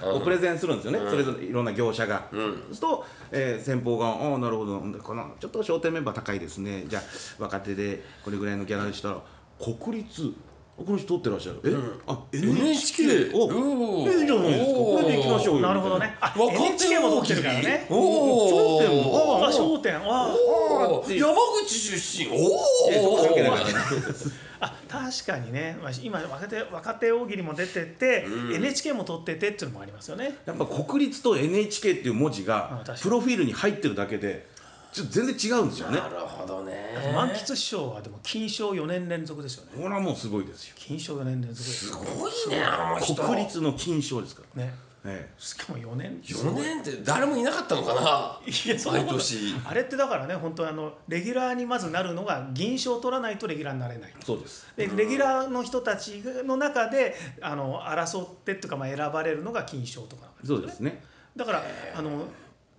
A: をプレゼンするんですよね、
B: うん
A: それぞれいろんな業者が。
B: うん
A: そうすると、えー先方が「ああなるほどこのちょっと商店メンバー高いですねじゃあ若手でこれぐらいのギャラにしたら国立この人取ってらっしゃるえ、
B: うん
A: あ
B: NHK
A: お
B: おー
A: いいじゃないですかこれでいきましょうよ
C: なるほどねあ NHK も取ってるからね
B: おお
A: そうだよ
C: あ商店あ
B: お
A: あ
B: ー
A: ー
B: 山口出身お
A: いやそんなわけない
B: お
A: からね
C: あ確かにね、まあ、今若手若手大喜利も出てて、
B: うん
C: NHK も取っててっていうのもありますよね
A: やっぱ国立と NHK っていう文字
C: あ
A: が
C: 確かに
A: プロフィールに入ってるだけでちょっと全然違うんですよね
B: なるほどね
C: 満喫師匠はでも金賞4年連続ですよね
A: これはもうすごいですよ
C: 金賞4年連続です
B: すごいねあの人
A: 国立の金賞ですから、
C: ね
A: え
C: しかも4年
B: 4年って誰もいなかったのかない
C: やそんなこと
B: 毎年
C: あれってだからね本当あのレギュラーにまずなるのが銀賞を取らないとレギュラーになれない
A: えそうです
C: でレギュラーの人たちの中であの争ってっていうか、まあ、選ばれるのが金賞とかなんです
A: そうですね
C: だからあの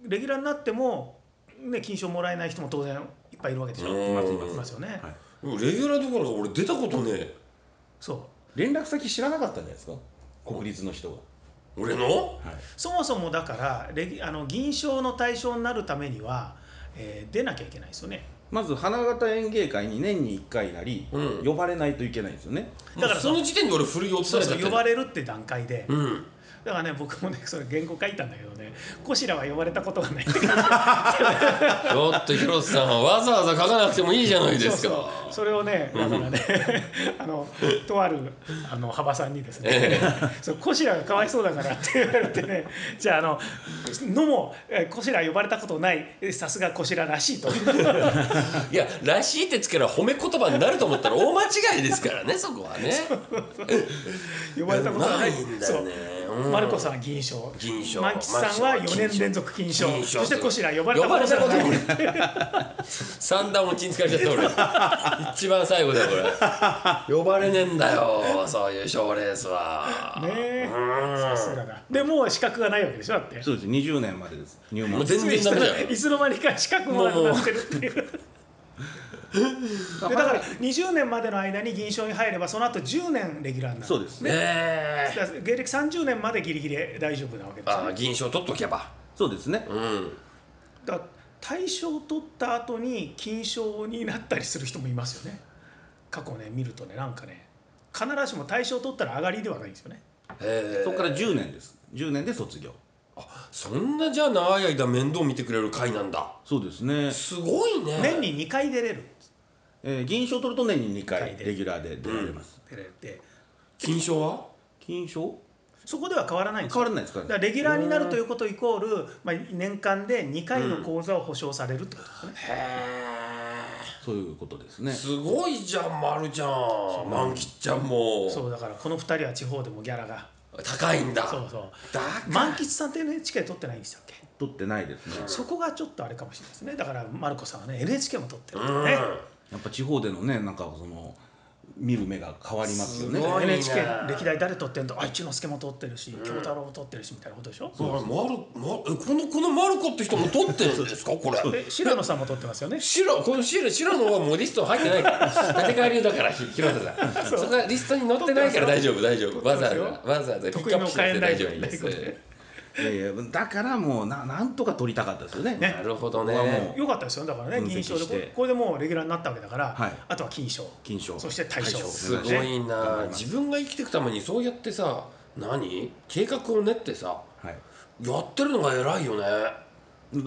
C: レギュラーになっても、ね、金賞もらえない人も当然いっぱいいるわけでしょ、
B: うん
C: い
A: ますい
C: ますよね、
A: はい
B: レギュラーどころか俺出たことねえ
C: そう
A: 連絡先知らなかったんじゃないですか国立の人
B: 俺
A: が、
B: の
A: はい、
C: そもそもだからレギあの銀賞の対象になるためには、えー出なきゃいけないですよね
A: まず花形演芸会に年に1回なり、
B: うん
A: 呼ばれないといけないんですよね
C: だから
B: その時点で俺古い落とさ
C: そう
B: れち
C: そ
B: ゃっ
C: う
B: た
C: 呼ばれるって段階で、
B: うん
C: だからね僕もねそれ原稿書いたんだけどね「こしらは呼ばれたことがない」って
B: ちょっと広瀬さんはわざわざ書かなくてもいいじゃないです
C: そう
B: か
C: そうそれをねだからね あのとあるあの幅さんにです
B: え
C: ね「そうコシラがかわいそうだから」って言われてねじゃああの「のもえーコシラ呼ばれたことないえさすがコシラらし い」と
B: いや「らしい」ってつけら褒め言葉になると思ったら大間違いですからね そこはね
C: 呼ばれたことがない
B: ないんだ
C: そ
B: よ
C: う
B: ねうん
C: マルコさんは銀賞
B: 銀賞
C: 満喫さんは4年連続金賞
B: 金賞
C: そしてコシラ呼ばれたこと
B: 呼ば
C: が
B: れ
C: ない
B: たことない三段落ちに疲れちゃった 俺一番最後だよこれ呼ばれねえんだよそういう賞レースは
C: ねえ
B: うん
C: さすがだでもう資格がないわけでしょだって
A: そうです20年までです入
B: もう
A: 門
B: 全然ダメだよ
C: いつの間にか資格もなくなってるっ ていう。でだから20年までの間に銀賞に入ればその後10年レギュラーになる
A: そうです
B: ねえ
C: だから芸歴30年までギリギリ大丈夫なわけですよ
B: あ
C: ね
B: あ銀賞取っとけば
A: そうですね
B: うん
C: だから大賞を取った後に金賞になったりする人もいますよね過去ね見るとねなんかね必ずしも大賞を取ったら上がりではないんですよね
B: え
A: そこから10年です10年で卒業
B: そんなじゃあ長い間面倒見てくれる会なんだ
A: そうですね、
B: すごいね
C: 年に2回出れる
A: えー銀賞取ると年に2
C: 回
A: 回
C: で
A: レギュラーで出られます、
C: 出れて
B: 金賞は
A: 金賞
C: そこでは変わらないんです
A: 変
C: よ
A: わらないですから
C: だからレギュラーになるということイコール、まあ、年間で2回の講座を保証されるってことですね、
B: へえ
A: そういうことですね
B: すごいじゃんまるちゃん満吉ちゃんも
C: そうだからこの2人は地方でもギャラが
B: 高いんだ
C: そうそう
B: だ
C: 満喫さんって NHK 取ってないんでしたっけ
A: 取ってないですね
C: そこがちょっとあれかもしれないですねだからマルコさんはね NHK も取ってるん
B: うん
C: だね、
A: やっぱ地方でのねなんかその見る目が変わりますよね
B: すごい
C: NHK 歴代誰撮ってんとあ一之輔も撮ってるし京太郎も撮ってるしみたいなことでしょ、
B: だからマルマえこのこのマルコって人も撮ってるんですかこれ
C: で白野さんも撮っ てますよね
B: 白この白白の方はもうリスト入ってないから立川流だからひ広田さんそこはリストに載ってないから大丈夫大丈夫わざわざわざわざピックアップしなくて大丈夫です
C: 得意の変えないというこ
A: いやいやだからもうななんとか撮りたかったですよね
C: ね
B: なるほど
A: ここは
B: ね
A: も
C: よかったですよだからね
A: 分析
C: 銀賞で
A: し
C: こ
A: て
C: これでもうレギュラーになったわけだから、
A: はい
C: あとは金賞
A: 金賞
C: そして大賞
A: 大賞
B: すご
C: ね
B: いな自分が生きていくためにそうやってさ何計画を練ってさ
A: はい
B: やってるのが偉いよね
A: だ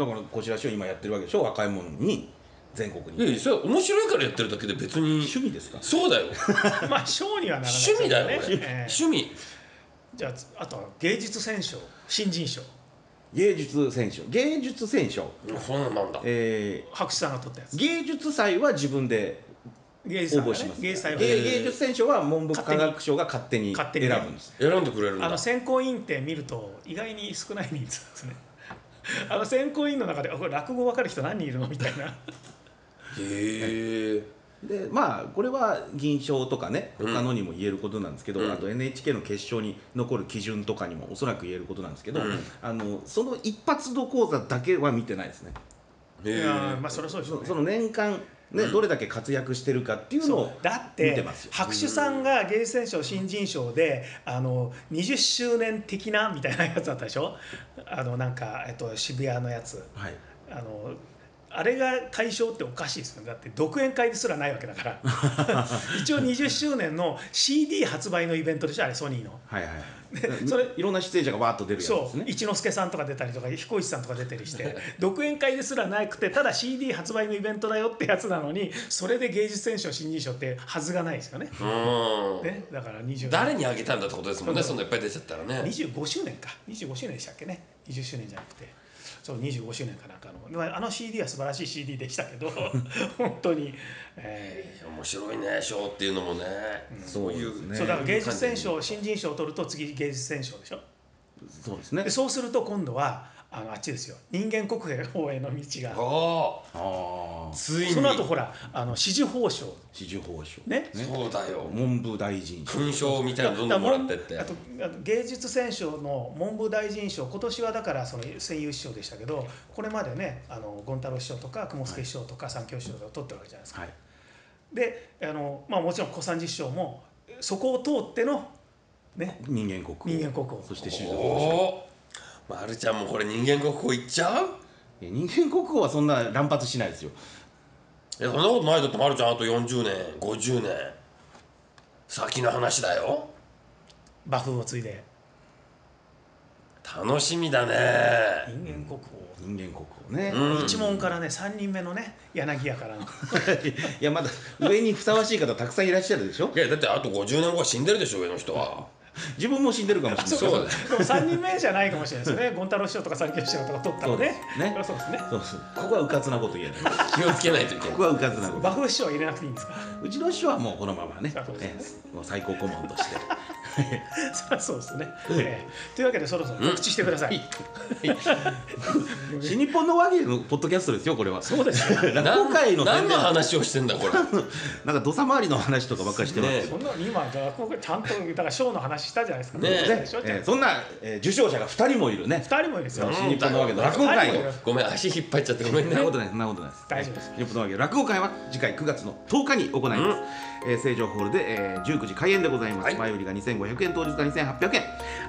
A: からこちら師匠今やってるわけでしょ若い者に全国
B: いやい
A: に
B: やそれは面白いからやってるだけで別に
A: 趣味ですか
B: そうだよ
C: まあ賞にはならないです
B: 趣味だよこれ
C: ええ
B: 趣味
C: じゃあつあとは芸術選奨新人賞
A: 芸術選手芸術選手、
B: そうなんだ
A: え
C: 白紙さんが撮ったや
A: ー
C: つ
A: 芸術祭は自分で
C: 芸術
A: 応
C: 祭
A: 募します、
C: 芸祭は
A: 芸芸術選手は文部科学省が勝手に選
C: 勝手に
A: ぶんです
B: 選んでくれるん
C: あ
B: だ
C: の選考委員って見ると意外に少ない人数 ですねあの選考委員の中であこれ落語分かる人何人いるのみたいな
B: へえ
A: でまあこれは銀賞とかね
B: うん
A: 他のにも言えることなんですけど、
B: うん
A: あと NHK の決勝に残る基準とかにもおそらく言えることなんですけど、
B: うん
A: あのその一発度講座だけは見てないですね
B: へ
C: い
B: え
C: やまあそりゃそうでしょう
A: そ
C: ね
A: その年間ね、
B: うん
A: どれだけ活躍してるかっていうのを
C: そうだっ
A: 見て
C: て
A: ますよ
C: 白手さんが芸術選奨新人賞であの20周年的なみたいなやつだったでしょあのなんか、えっと、渋谷のやつ
A: はい
C: あのあれが大賞っておかしいですよねだって独演会ですらないわけ だから一応20周年の CD 発売のイベントでしょあれソニーの。
A: はいはい
C: で
A: そ
C: そ
A: れ
C: れ
A: いろんな出演者がわーっと出るやつで
C: そ
A: す
C: う
A: ね
C: 一之輔さんとか出たりとか彦石さんとか出たりして独演会ですらなくてただ CD 発売のイベントだよってやつなのにそれで芸術選奨新人賞ってはずがないですよね
B: うん
C: ねだから20
B: 誰にあげたんだってことですもんね
C: そ
B: そ
C: う
B: んないっぱい出ちゃったらね
C: 25周年か25周年でしたっけね20周年じゃなくてそう25周年かなんかのまああの CD は素晴らしい CD でしたけ ど本当に、え
B: いや面白いね賞っていうのもねそうい
A: そうです
B: う
A: ね
C: ーそうだから芸術選
B: 賞
C: 奨新人賞を取ると次芸術選奨でしょ
A: そうですね
C: でそうすると今度はあのあっちですよ人間国宝への道が
B: ああ
A: ああ
B: ついに
C: その後ほらあの紫綬褒章
A: 四十報奨
C: ね
B: そうだよ
A: 文部大臣賞
B: 勲章みたいなのどんどんもらってって
C: あとあと芸術選奨の文部大臣賞今年はだからその声優師匠でしたけどこれまでねあの権太郎師匠とか雲助師匠とか三京師匠とか取ってるわけじゃないですか、
A: はい
C: であの、まあ、もちろん小三治師匠もそこを通っての、ね、
A: 人間国宝
C: 人間国宝
A: そして
B: お
A: 修道
B: おーまるちゃんもこれ人間国宝行っちゃう
A: 人間国宝はそんな乱発しないですよ
B: いやそんなことないだってまるちゃんあと40年50年先の話だよ
C: 馬風を継いで
B: 楽しみだね
C: 人間国宝、
A: 人間国宝ね、
B: うん
C: 一門からね3人目のね柳家からの
A: いやまだ上にふさわしい方たくさんいらっしゃるでしょ
B: いやだってあと50年後は死んでるでしょ上の人は
A: 自分も死んでるかもしれない
B: そうだよ
C: でも3人目じゃないかもしれないですね権太郎師匠とか三京師匠とか取ったらね
A: そうですね
C: そうですね
A: そうそうここはうかつなこと言えないこ
B: 気をつけないといけない
A: こはうかつなこと
C: 馬風師匠は入れなくていいんですか
A: うちの師匠はもうこのままね
C: あそうで
A: ええもう最高顧問として
C: そりゃそうですね、ええというわけでそろそろ告知してください、
A: 新日本の和芸のポッドキャストですよこれは
C: そうですよ
A: 落語界の
B: 何
A: 宣
B: の
A: 伝
B: 話をしてんだこれ
A: なんか土佐回りの話とかばっかりしてますけど
C: そんなの今じゃあここちゃんとだからショーの話したじゃないですか
B: ねえ
C: そうでしょじゃあ
A: ええそんな、えー受賞者が2人もいるね
C: 二人もいるんですよ、
A: うん新日本のわけだ落語
C: 会
B: ごめん足引っ張っちゃってごめん
A: そん
B: ね
A: なことないそんなことないです
C: 大丈夫です
A: 新日本の和芸落語会は次回9月の10日に行います、えー成城ホールで、えー19時開演でございます、
B: はい
A: 前売りが2500円当日が2800円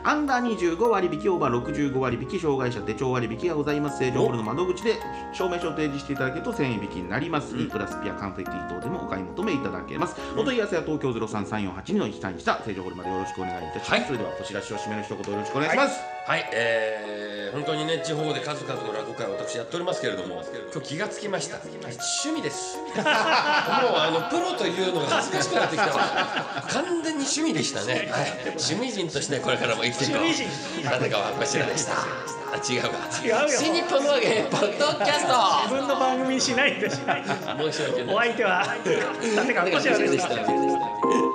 A: アンダー25割引オーバー65割引障害者手帳割引がございます成城ホールの窓口で証明書を提示していただけると1000円引きになります、プラスピアカンフェティ等でもお買い求めいただけます、お問い合わせは東京03348の1単位した成城ホールまでよろしくお願いいたします、
B: はい
A: それではこちら師匠締めの一言よろしくお願いします、
B: はい、えー、本当にね地方で数々の落語会を私やっておりますけれども今日気がつきました趣味です もうあのプロというのが恥ずかしくなってきたわ完全に趣味でしたね、はい、趣味人としてこれからも生きていこう
C: 趣味人
B: 立川柱でしたあ違う
C: 違う
B: か
C: よ
B: 新日本のわけポッドキャスト
C: 自分の 番組にしないでしないで
B: 申し訳ない
C: お相手は立川こちらでした
B: した